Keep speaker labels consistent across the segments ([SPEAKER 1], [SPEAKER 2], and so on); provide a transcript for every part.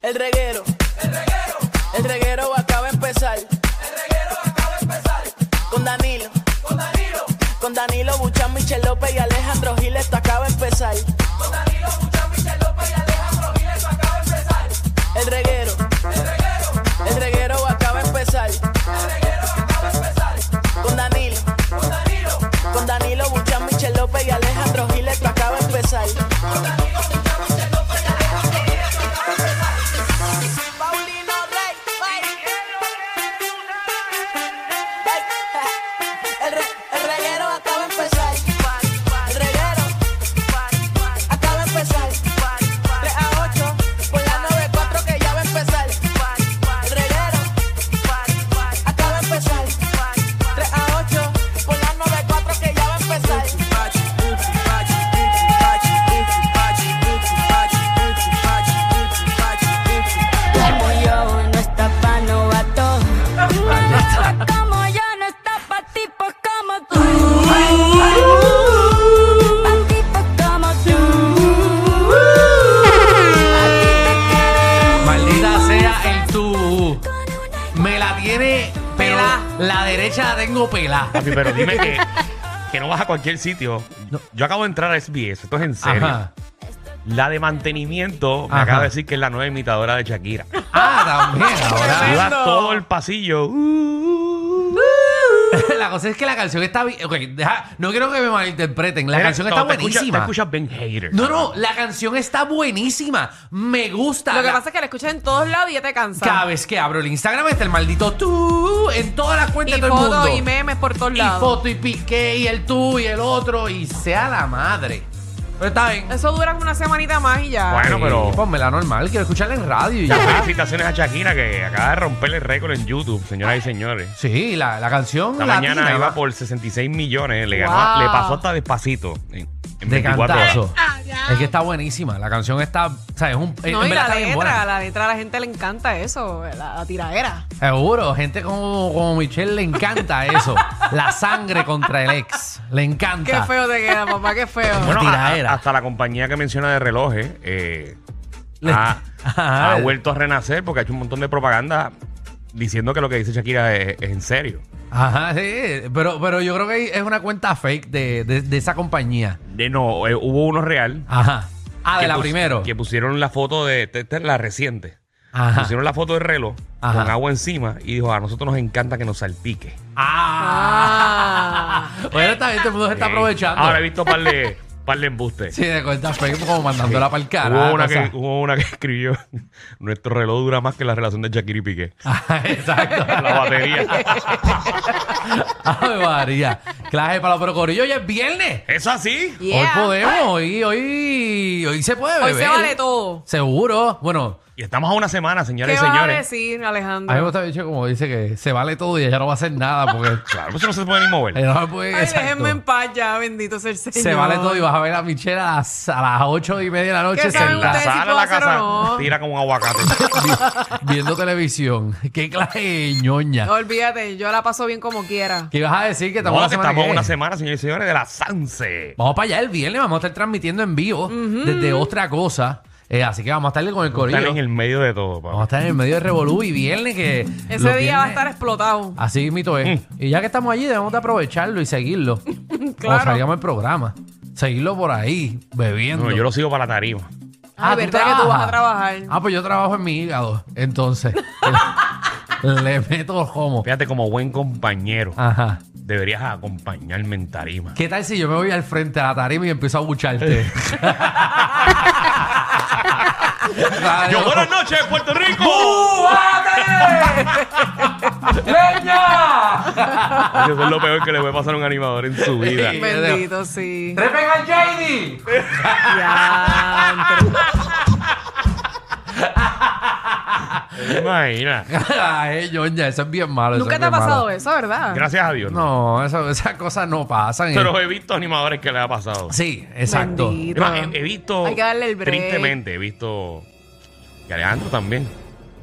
[SPEAKER 1] El reguero. El reguero. El reguero acaba de empezar. El reguero acaba de empezar. Con Danilo. Con Danilo. Con Danilo Buchan, Michel López y Alejandro Gil, esto acaba de empezar. Con Danilo Buchan, Michel López y Alejandro Gil, esto acaba de empezar. El reguero. El reguero. El reguero acaba de empezar. El reguero acaba de empezar. Con Danilo. Con Danilo. Con Danilo Buchan, Michel López y Alejandro Gil, esto acaba de empezar. Paulino Rey, El, re- el reguero acaba de empezar. El reguero acaba de empezar. 3 a 8 por la 94 que ya va a empezar. El reguero acaba de empezar. 3 a 8 por la 94 que ya va a empezar.
[SPEAKER 2] Como yo no está pa' novato. Como yo no está pa' tipos como tú. Pa' tipos como tú. A ti te queremos
[SPEAKER 3] Maldita sea el tú. Me la tiene pelá. La derecha la tengo pelá.
[SPEAKER 4] Papi, pero dime que, que no vas a cualquier sitio. Yo acabo de entrar a SBS, esto es en serio.
[SPEAKER 3] Ajá.
[SPEAKER 4] La de mantenimiento me
[SPEAKER 3] Ajá.
[SPEAKER 4] acaba de decir que es la nueva imitadora de Shakira.
[SPEAKER 3] Ah, también.
[SPEAKER 4] Y
[SPEAKER 3] Ahora.
[SPEAKER 4] va todo el pasillo. Uh,
[SPEAKER 3] La cosa es que la canción está bien. ok, deja- no quiero que me malinterpreten. La
[SPEAKER 4] Mira,
[SPEAKER 3] canción
[SPEAKER 4] no,
[SPEAKER 3] está
[SPEAKER 4] te escuchas-
[SPEAKER 3] buenísima.
[SPEAKER 4] Te escuchas Ben Hater.
[SPEAKER 3] No, no, la canción está buenísima. Me gusta.
[SPEAKER 5] Lo que
[SPEAKER 3] La-
[SPEAKER 5] pasa es que la escuchas en todos lados y ya te cansas.
[SPEAKER 3] cada vez que abro el Instagram está el maldito tú en todas las cuentas
[SPEAKER 5] y
[SPEAKER 3] de todo el mundo.
[SPEAKER 5] fotos y memes por todos
[SPEAKER 3] Y
[SPEAKER 5] lados.
[SPEAKER 3] foto y piqué y el tú y el otro y sea la madre. Pero está bien.
[SPEAKER 5] Eso dura como una semanita más y ya.
[SPEAKER 4] Bueno, pero-
[SPEAKER 3] Sí, ponmela normal, quiero escucharla en radio y
[SPEAKER 4] Ya,
[SPEAKER 3] ya.
[SPEAKER 4] felicitaciones a Shakira que acaba de romper el récord en YouTube, señoras y señores.
[SPEAKER 3] Sí, la, la canción
[SPEAKER 4] Esta
[SPEAKER 3] latina,
[SPEAKER 4] mañana iba
[SPEAKER 3] ¿va?
[SPEAKER 4] por 66 millones. Le, ganó,
[SPEAKER 5] Wow.
[SPEAKER 4] le pasó hasta despacito. En, en
[SPEAKER 3] de
[SPEAKER 4] 24 horas.
[SPEAKER 3] cantazo. Es que está buenísima, la canción está, o sea, es un en
[SPEAKER 5] Ah, No,
[SPEAKER 3] verdad
[SPEAKER 5] y la
[SPEAKER 3] está bien
[SPEAKER 5] letra,
[SPEAKER 3] buena.
[SPEAKER 5] la letra a la gente le encanta eso, la, la tiradera.
[SPEAKER 3] Seguro, gente como, como Michelle le encanta eso, la sangre contra el ex, le
[SPEAKER 5] Qué
[SPEAKER 3] encanta.
[SPEAKER 5] feo te queda, papá, qué feo.
[SPEAKER 4] Bueno, a-
[SPEAKER 3] Tiraera.
[SPEAKER 4] a- hasta la compañía que menciona de relojes eh,
[SPEAKER 3] Le-
[SPEAKER 4] ha,
[SPEAKER 3] Ajá.
[SPEAKER 4] ha vuelto a renacer porque ha hecho un montón de propaganda diciendo que lo que dice Shakira es, es en serio.
[SPEAKER 3] Ajá, sí, pero, pero yo creo que es una cuenta fake de, de- de esa compañía.
[SPEAKER 4] De no, eh, hubo uno real.
[SPEAKER 3] Ajá. Ah, de
[SPEAKER 4] que
[SPEAKER 3] la
[SPEAKER 4] pus-
[SPEAKER 3] primero.
[SPEAKER 4] Que pusieron la foto de, esta es la reciente.
[SPEAKER 3] Ajá.
[SPEAKER 4] Pusieron la foto del reloj
[SPEAKER 3] Ajá.
[SPEAKER 4] con agua encima y dijo, a nosotros nos encanta que nos salpique.
[SPEAKER 3] Ah. Bueno, está bien, todo el mundo se está
[SPEAKER 4] Eh,
[SPEAKER 3] aprovechando.
[SPEAKER 4] Ahora he visto par de, par de embustes.
[SPEAKER 3] Sí, de cuenta fue como mandándola para el cara.
[SPEAKER 4] hubo, una
[SPEAKER 3] cosa.
[SPEAKER 4] que, hubo una que escribió, nuestro reloj dura más que la relación de Shakira y Piqué.
[SPEAKER 3] Ajá, Ah, Exacto.
[SPEAKER 4] La batería.
[SPEAKER 3] Ay, María. Clase para pero corillo, hoy es viernes.
[SPEAKER 4] ¿Es así?
[SPEAKER 5] Yeah.
[SPEAKER 3] Hoy podemos, hoy, hoy, hoy se puede
[SPEAKER 5] Hoy
[SPEAKER 3] beber.
[SPEAKER 5] se vale todo.
[SPEAKER 3] Seguro. Bueno,
[SPEAKER 4] Y estamos a una semana, señoras
[SPEAKER 5] ¿Qué
[SPEAKER 4] y
[SPEAKER 5] vas a
[SPEAKER 4] señores.
[SPEAKER 5] decir,
[SPEAKER 3] a mí me
[SPEAKER 5] Alejandro?
[SPEAKER 3] gusta mucho como dice que se vale todo y ella no va a hacer nada porque...
[SPEAKER 4] Claro, pues no se puede ni mover.
[SPEAKER 3] ella no va a poder-
[SPEAKER 5] Ay,
[SPEAKER 3] exacto.
[SPEAKER 5] déjenme en paz ya, bendito sea el Señor.
[SPEAKER 3] Se vale todo y vas a ver a Michelle a las, a las ocho y media de la noche
[SPEAKER 5] ¿Qué saben
[SPEAKER 4] en la
[SPEAKER 3] sentada
[SPEAKER 5] ustedes si
[SPEAKER 4] sala
[SPEAKER 5] puedo
[SPEAKER 4] la
[SPEAKER 5] hacer
[SPEAKER 4] casa
[SPEAKER 5] o no?
[SPEAKER 4] tira como un aguacate.
[SPEAKER 3] viendo televisión. Qué clase de ñoña.
[SPEAKER 5] Olvídate, yo la paso bien como quiera.
[SPEAKER 3] ¿Qué ibas a decir? Que estamos,
[SPEAKER 4] No,
[SPEAKER 3] la
[SPEAKER 4] que
[SPEAKER 3] semana
[SPEAKER 4] estamos
[SPEAKER 3] que
[SPEAKER 4] una
[SPEAKER 3] es?
[SPEAKER 4] semana, señores y señores, de la Sanse.
[SPEAKER 3] Vamos para allá el viernes, vamos a estar transmitiendo en vivo desde otra cosa. Eh, así que vamos a estarle con el corillo.
[SPEAKER 4] Están en el medio de todo, papá.
[SPEAKER 3] Vamos a estar en el medio de Revolú y viernes que... los
[SPEAKER 5] Ese día va a
[SPEAKER 3] viernes-
[SPEAKER 5] estar explotado.
[SPEAKER 3] Así mito es.
[SPEAKER 4] Mm.
[SPEAKER 3] Y ya que estamos allí, debemos de aprovecharlo y seguirlo.
[SPEAKER 5] Claro.
[SPEAKER 3] O salgamos el programa. Seguirlo por ahí, bebiendo.
[SPEAKER 4] No, yo lo sigo para la tarima.
[SPEAKER 5] Ay,
[SPEAKER 3] ¿tú
[SPEAKER 5] Ah, verdad que tú vas a trabajar.
[SPEAKER 3] Ah, pues yo trabajo en mi hígado. Entonces, le, le meto los homos.
[SPEAKER 4] Fíjate, como buen compañero,
[SPEAKER 3] Ajá.
[SPEAKER 4] deberías acompañarme en tarima.
[SPEAKER 3] ¿Qué tal si yo me voy al frente a la tarima y empiezo a bucharte?
[SPEAKER 4] Yo, buenas noches, Puerto Rico.
[SPEAKER 3] ¡Uh! ¡Leña!
[SPEAKER 4] Eso es lo peor que le puede pasar a un animador en su vida.
[SPEAKER 3] Sí.
[SPEAKER 5] Bendito, sí.
[SPEAKER 3] ¡Trepen al JD!
[SPEAKER 5] Diantre.
[SPEAKER 4] Imagina.
[SPEAKER 3] Ay, ñoña, eso es bien malo. eso
[SPEAKER 5] Nunca
[SPEAKER 3] es
[SPEAKER 5] te ha
[SPEAKER 3] bien
[SPEAKER 5] pasado
[SPEAKER 3] malo.
[SPEAKER 5] eso, ¿verdad?
[SPEAKER 4] Gracias a Dios. No.
[SPEAKER 3] No, eso- esas cosas no pasan. eh.
[SPEAKER 4] Pero eh, he visto animadores que le ha pasado.
[SPEAKER 3] Sí, exacto.
[SPEAKER 4] Es
[SPEAKER 5] Bendito.
[SPEAKER 4] más, he, he visto.
[SPEAKER 5] Hay que darle el break.
[SPEAKER 4] Tristemente, he visto. Y Alejandro también.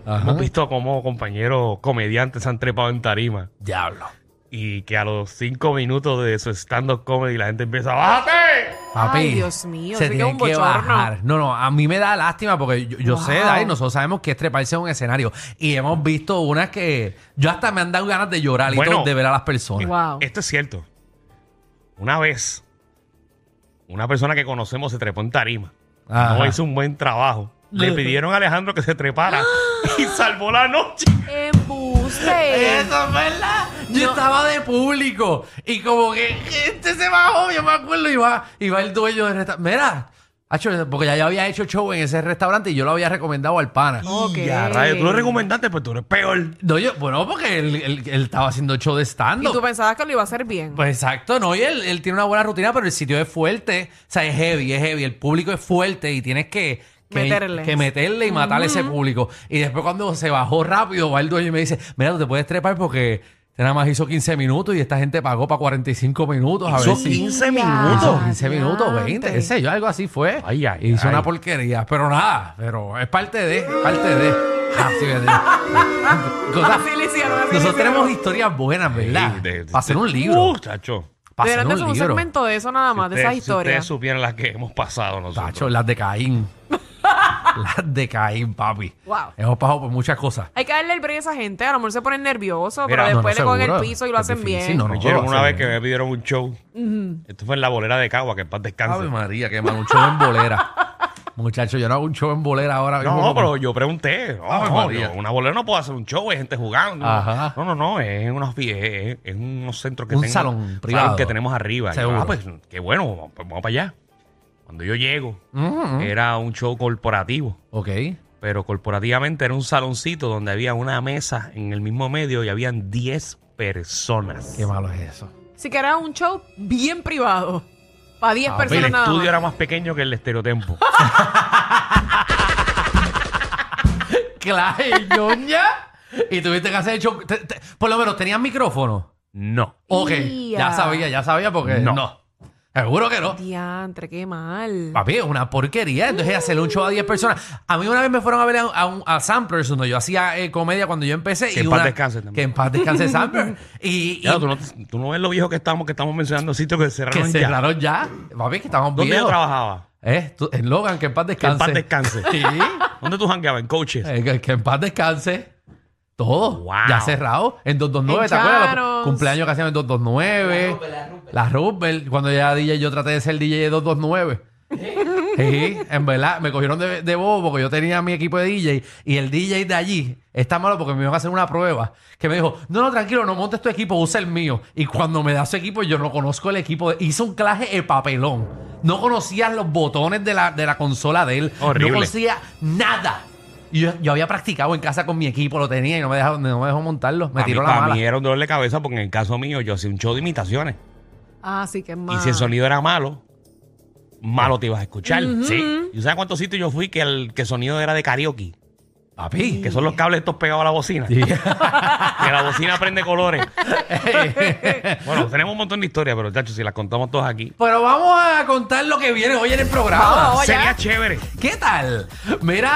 [SPEAKER 3] Ajá.
[SPEAKER 4] Hemos visto cómo compañeros comediantes han trepado en tarima
[SPEAKER 3] Diablo.
[SPEAKER 4] y que a los cinco minutos de su stand-up comedy la gente empieza ¡Bájate!
[SPEAKER 3] Papi,
[SPEAKER 5] Ay, Dios mío,
[SPEAKER 3] se
[SPEAKER 5] sí que es
[SPEAKER 3] tienen
[SPEAKER 5] un
[SPEAKER 3] que
[SPEAKER 5] bochorno.
[SPEAKER 3] bajar. No, no, a mí me da lástima porque yo, yo sé,
[SPEAKER 5] Wow.
[SPEAKER 3] Dari, nosotros sabemos que es treparse a un escenario. Y hemos visto unas que yo hasta me han dado ganas de llorar y
[SPEAKER 4] Bueno.
[SPEAKER 3] todo de ver a las personas.
[SPEAKER 5] Wow.
[SPEAKER 4] Esto es cierto. Una vez, una persona que conocemos se trepó en tarima.
[SPEAKER 3] Ajá.
[SPEAKER 4] No hizo un buen trabajo. Le pidieron a Alejandro que se trepara y salvó la noche.
[SPEAKER 5] Embuste.
[SPEAKER 3] Eso es verdad. Yo estaba de público y como que este se bajó, yo me acuerdo, y va, y va el dueño del restaurante. Mira, hacho, porque ya yo había hecho show en ese restaurante y yo lo había recomendado al pana.
[SPEAKER 5] Ok.
[SPEAKER 4] Y a rayos, tú lo recomendaste, pero tú eres peor.
[SPEAKER 3] No, yo- bueno, porque él, él- él estaba haciendo show de
[SPEAKER 5] Y
[SPEAKER 3] stand-up.
[SPEAKER 5] tú pensabas que lo iba a hacer bien.
[SPEAKER 3] Pues exacto, no, y él, él tiene una buena rutina, pero el sitio es fuerte, o sea, es heavy, es heavy, el público es fuerte y tienes que, que
[SPEAKER 5] Meterle.
[SPEAKER 3] que meterle y matar a ese público. Y después cuando se bajó rápido, va el dueño y me dice, mira, tú te puedes trepar porque te nada más hizo 15 minutos y esta gente pagó para 45 minutos. A ver
[SPEAKER 4] Son
[SPEAKER 3] si...
[SPEAKER 4] 15
[SPEAKER 3] Hizo
[SPEAKER 4] minutos.
[SPEAKER 3] 15 minutos,
[SPEAKER 5] Diantre.
[SPEAKER 3] 20, qué sé yo, algo así fue.
[SPEAKER 4] Ay, ay,
[SPEAKER 3] Hizo
[SPEAKER 4] ay.
[SPEAKER 3] una porquería, pero nada, pero es parte de, es parte de. Ah, Así que- Cosas-
[SPEAKER 5] Así le hicieron, así le
[SPEAKER 3] Nosotros
[SPEAKER 5] hicieron.
[SPEAKER 3] tenemos historias buenas, ¿verdad?
[SPEAKER 4] Sí, de- de-
[SPEAKER 3] Para hacer un libro.
[SPEAKER 4] Uh, chacho.
[SPEAKER 3] Para hacer
[SPEAKER 5] Deberían
[SPEAKER 3] un
[SPEAKER 5] de hacer un
[SPEAKER 3] libro.
[SPEAKER 5] segmento de eso nada más, de esas
[SPEAKER 4] Ustedes- si ustedes
[SPEAKER 5] historias.
[SPEAKER 4] supieran las que hemos pasado nosotros.
[SPEAKER 3] Tacho, las de Caín. las de Caín, papi.
[SPEAKER 5] Wow.
[SPEAKER 3] Hemos pasado por muchas cosas.
[SPEAKER 5] Hay que darle el brillo a esa gente. A lo mejor se ponen nerviosos, pero
[SPEAKER 4] Mira,
[SPEAKER 3] no,
[SPEAKER 5] después
[SPEAKER 3] no,
[SPEAKER 5] le cogen el
[SPEAKER 3] seguro.
[SPEAKER 5] piso y lo
[SPEAKER 3] Es
[SPEAKER 5] hacen
[SPEAKER 3] difícil,
[SPEAKER 5] bien.
[SPEAKER 3] no,
[SPEAKER 4] Me
[SPEAKER 3] no.
[SPEAKER 4] hicieron
[SPEAKER 3] lo
[SPEAKER 4] una vez
[SPEAKER 3] hacen
[SPEAKER 4] que
[SPEAKER 3] bien.
[SPEAKER 4] me pidieron un show. Esto fue en la bolera de Cagua, que en paz descanse.
[SPEAKER 3] Ave María, que mano, un show en bolera. Muchacho, yo no hago un show en bolera ahora.
[SPEAKER 4] No,
[SPEAKER 3] mismo como-
[SPEAKER 4] pero yo pregunté. No,
[SPEAKER 3] Ave
[SPEAKER 4] no,
[SPEAKER 3] María.
[SPEAKER 4] yo- una bolera no puede hacer un show, hay gente jugando.
[SPEAKER 3] Ajá.
[SPEAKER 4] No, no, no, es en unos, pie- es es en unos centros que
[SPEAKER 3] Un
[SPEAKER 4] tengo-
[SPEAKER 3] salón privado.
[SPEAKER 4] que tenemos arriba. Y yo,
[SPEAKER 3] Seguro.
[SPEAKER 4] ah, pues qué bueno, vamos, pues, vamos para allá. Cuando yo llego,
[SPEAKER 3] Mm,
[SPEAKER 4] era un show corporativo,
[SPEAKER 3] ok.
[SPEAKER 4] pero corporativamente era un saloncito donde había una mesa en el mismo medio y habían 10 personas.
[SPEAKER 3] Qué malo es eso.
[SPEAKER 5] Si que era un show bien privado. Para 10
[SPEAKER 3] Ah,
[SPEAKER 4] El
[SPEAKER 5] personas nada
[SPEAKER 4] estudio
[SPEAKER 5] más.
[SPEAKER 4] era más pequeño que el estereotempo.
[SPEAKER 3] Claro, y ñoña. Y tuviste que hacer el show. te- te- por lo menos, ¿tenías micrófono?
[SPEAKER 4] No.
[SPEAKER 3] Ok.
[SPEAKER 5] Ya.
[SPEAKER 3] Ya sabía, ya sabía porque.
[SPEAKER 4] No.
[SPEAKER 3] No. Seguro que no.
[SPEAKER 5] Diantre, qué mal.
[SPEAKER 3] Papi, es una porquería. Entonces, hacerle un show a 10 personas. A mí una vez me fueron a ver a, a, un- a Samplers, donde yo hacía eh, comedia cuando yo empecé.
[SPEAKER 4] Que
[SPEAKER 3] y
[SPEAKER 4] en paz
[SPEAKER 3] una-
[SPEAKER 4] descanse también.
[SPEAKER 3] Que en paz descanse Samplers. y y
[SPEAKER 4] Ya, tú, no, tú no ves lo viejo que estamos, que estamos mencionando sitios que
[SPEAKER 3] que
[SPEAKER 4] cerraron ya.
[SPEAKER 3] cerraron ya. Papi, que estamos
[SPEAKER 4] ¿Dónde yo
[SPEAKER 3] viejos.
[SPEAKER 4] trabajaba?
[SPEAKER 3] Eh, tú- en Logan, que en paz
[SPEAKER 4] Que en
[SPEAKER 3] descanse.
[SPEAKER 4] paz descanse.
[SPEAKER 3] Sí.
[SPEAKER 4] ¿Dónde tú jangueabas? En coaches.
[SPEAKER 3] Eh, que, que en paz descanse. Todo.
[SPEAKER 4] Wow.
[SPEAKER 3] Ya cerrado. En 229, ¿te
[SPEAKER 5] En
[SPEAKER 3] acuerdas?
[SPEAKER 5] Charos.
[SPEAKER 3] Los cumpleaños que hacían en 229. La Rubel. Cuando ya era DJ, yo traté de ser DJ de 229. Sí, en verdad, me cogieron de, de bobo porque yo tenía mi equipo de DJ y el DJ de allí está malo porque me iban a hacer una prueba que me dijo, no, no, tranquilo, no montes tu equipo, usa el mío. Y cuando me da su equipo, yo no conozco el equipo. de- Hizo un claje de papelón. No conocía los botones de la, de la consola de él.
[SPEAKER 4] Horrible.
[SPEAKER 3] No conocía nada. Y yo, yo había practicado en casa con mi equipo, lo tenía y no me dejó, no me dejó montarlo. Me
[SPEAKER 4] A mí-
[SPEAKER 3] tiró la
[SPEAKER 4] para
[SPEAKER 3] mala.
[SPEAKER 4] mí era un dolor de cabeza porque en el caso mío yo hacía un show de imitaciones.
[SPEAKER 5] Ah, sí, qué mal.
[SPEAKER 4] Y si el sonido era malo, malo te ibas a escuchar. Sí. ¿Y sabes cuántos sitios yo fui que el que el sonido era de karaoke?
[SPEAKER 3] Papi.
[SPEAKER 4] Que son los cables estos pegados a la bocina. que la bocina prende colores. bueno, tenemos un montón de historias, pero chacho, si las contamos todas aquí.
[SPEAKER 3] Pero vamos a contar lo que viene hoy en el programa.
[SPEAKER 5] Vamos, Oye.
[SPEAKER 4] Sería chévere.
[SPEAKER 3] ¿Qué tal? Mira,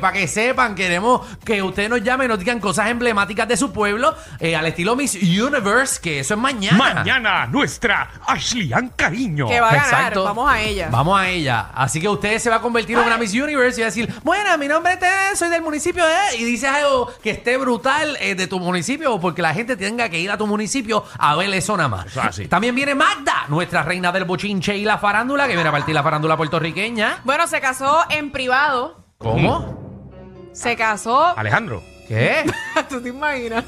[SPEAKER 3] para que sepan, queremos que ustedes nos llamen, nos digan cosas emblemáticas de su pueblo, eh, al estilo Miss Universe, que eso es mañana.
[SPEAKER 4] Mañana nuestra Ashley Ann Cariño.
[SPEAKER 5] Que va a ganar, vamos a ella.
[SPEAKER 3] Vamos a ella. Así que usted se va a convertir en una Miss Universe y va a decir, bueno, mi nombre es Ted, soy del municipio de... Y dices algo que esté brutal eh, de tu municipio o porque la gente tenga que ir a tu municipio a ver eso nada más.
[SPEAKER 4] Eso es así.
[SPEAKER 3] También viene Magda, nuestra reina del bochinche y la farándula, que viene a partir la farándula puertorriqueña.
[SPEAKER 5] Bueno, se casó en privado.
[SPEAKER 4] Mm.
[SPEAKER 3] ¿Cómo? Ah.
[SPEAKER 5] Se casó.
[SPEAKER 4] Alejandro.
[SPEAKER 3] ¿Qué?
[SPEAKER 5] ¿Tú te imaginas?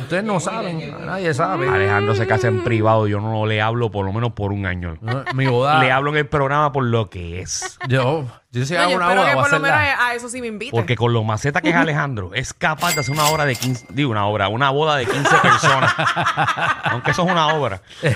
[SPEAKER 3] Ustedes no saben, nadie sabe.
[SPEAKER 4] Alejandro se casa en privado, yo no le hablo por lo menos por un año.
[SPEAKER 3] No, Mi boda.
[SPEAKER 4] Le hablo en el programa por lo que es.
[SPEAKER 3] Yo, yo si
[SPEAKER 5] Oye,
[SPEAKER 3] hago una
[SPEAKER 5] espero
[SPEAKER 3] boda,
[SPEAKER 5] que
[SPEAKER 3] voy a
[SPEAKER 5] por lo menos
[SPEAKER 3] hacerla.
[SPEAKER 5] a eso sí me inviten.
[SPEAKER 4] Porque con lo maceta que es Alejandro, es capaz de hacer una obra de 15, digo una obra, una boda de 15 personas. Aunque eso es una obra.
[SPEAKER 5] sí,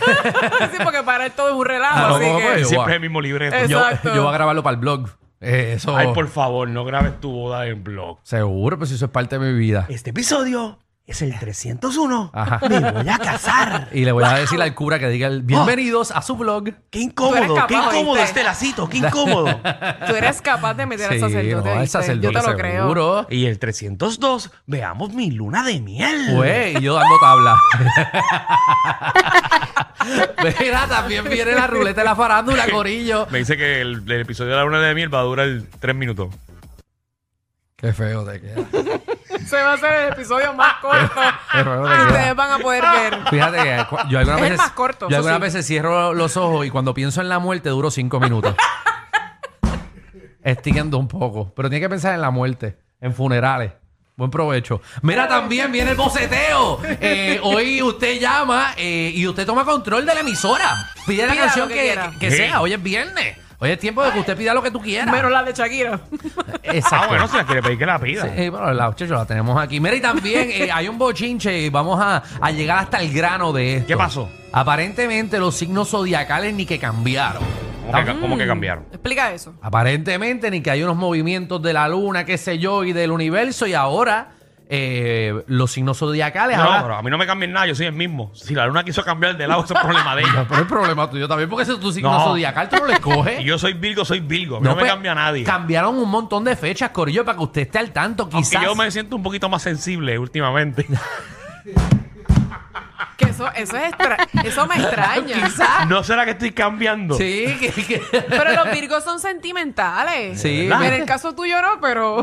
[SPEAKER 5] porque para él todo es un
[SPEAKER 3] Ah,
[SPEAKER 5] relajo,
[SPEAKER 3] no,
[SPEAKER 5] así
[SPEAKER 3] ¿cómo
[SPEAKER 5] que.
[SPEAKER 3] fue?
[SPEAKER 4] Y siempre
[SPEAKER 3] guau.
[SPEAKER 4] es el mismo libreto.
[SPEAKER 5] Es-
[SPEAKER 3] Yo,
[SPEAKER 5] Exacto.
[SPEAKER 3] yo voy a grabarlo para el blog. Eh, eso.
[SPEAKER 4] Ay, por favor, no grabes tu boda en blog.
[SPEAKER 3] Seguro, pues eso es parte de mi vida.
[SPEAKER 6] Este episodio es el 301.
[SPEAKER 3] Ajá.
[SPEAKER 6] Me voy a casar.
[SPEAKER 3] Y le voy a decir al cura que diga el bienvenidos a su blog.
[SPEAKER 6] Qué
[SPEAKER 5] Tú
[SPEAKER 6] incómodo,
[SPEAKER 5] eres
[SPEAKER 6] qué
[SPEAKER 5] capaz,
[SPEAKER 6] incómodo
[SPEAKER 5] ¿oíste?
[SPEAKER 6] este lacito, qué incómodo.
[SPEAKER 5] Tú eres capaz de meter al sacerdote.
[SPEAKER 3] no, el
[SPEAKER 5] ¿viste? Yo te lo
[SPEAKER 3] sacerdote,
[SPEAKER 5] creo.
[SPEAKER 3] seguro.
[SPEAKER 6] y el 302, veamos mi luna de miel.
[SPEAKER 3] Pues, y yo dando tabla. Mira, también viene la ruleta de la farándula, Corillo.
[SPEAKER 4] Me dice que el, el episodio de la luna de miel va a durar tres minutos.
[SPEAKER 3] Qué feo te queda.
[SPEAKER 5] Se va a hacer el episodio más corto
[SPEAKER 3] Qué feo
[SPEAKER 5] que
[SPEAKER 3] te
[SPEAKER 5] ustedes
[SPEAKER 3] queda.
[SPEAKER 5] van a poder ver.
[SPEAKER 3] Fíjate que cu- yo algunas
[SPEAKER 5] Es el
[SPEAKER 3] veces,
[SPEAKER 5] más corto,
[SPEAKER 3] yo
[SPEAKER 5] eso
[SPEAKER 3] algunas
[SPEAKER 5] sí.
[SPEAKER 3] veces cierro los ojos y cuando pienso en la muerte duro cinco minutos. Estirando un poco. Pero tiene que pensar en la muerte, en funerales. Buen provecho. Mira, también viene el boceteo. Eh, hoy usted llama eh, y usted toma control de la emisora. Pide la
[SPEAKER 5] Pida lo
[SPEAKER 3] canción
[SPEAKER 5] que
[SPEAKER 3] que,
[SPEAKER 5] quiera.
[SPEAKER 3] que
[SPEAKER 4] Sí.
[SPEAKER 3] sea. Hoy es viernes. Hoy es tiempo de que usted pida lo que tú quieras.
[SPEAKER 5] Menos la de Shakira.
[SPEAKER 3] Exacto.
[SPEAKER 4] Ah, bueno, si la quiere pedir que la pida.
[SPEAKER 3] Sí, bueno, la muchacha la tenemos aquí. Mira, y también eh, hay un bochinche y vamos a, a llegar hasta el grano de esto.
[SPEAKER 4] ¿Qué pasó?
[SPEAKER 3] Aparentemente los signos zodiacales ni que cambiaron.
[SPEAKER 4] ¿Cómo que, cómo que cambiaron?
[SPEAKER 5] Explica eso.
[SPEAKER 3] Aparentemente ni que hay unos movimientos de la luna, qué sé yo, y del universo y ahora eh, los signos zodiacales...
[SPEAKER 4] No,
[SPEAKER 3] Pues ahora-
[SPEAKER 4] pero a mí no me cambian nada, yo soy el mismo. Si la luna quiso cambiar de lado, eso es problema de ella.
[SPEAKER 3] Pero el problema tuyo también, porque ese es tu signo
[SPEAKER 4] No.
[SPEAKER 3] zodiacal, tú no lo escoges.
[SPEAKER 4] Y yo soy Virgo, soy Virgo. A mí no, me
[SPEAKER 3] pues,
[SPEAKER 4] cambia nadie.
[SPEAKER 3] Cambiaron un montón de fechas, Corillo, para que usted esté al tanto,
[SPEAKER 4] Aunque
[SPEAKER 3] quizás.
[SPEAKER 4] yo me siento un poquito más sensible últimamente.
[SPEAKER 5] Que eso, eso es extra- eso me extraña.
[SPEAKER 4] ¿No será que estoy cambiando?
[SPEAKER 3] Sí, que- que...
[SPEAKER 5] Pero los virgos son sentimentales.
[SPEAKER 3] Sí.
[SPEAKER 5] En el caso tuyo no, pero...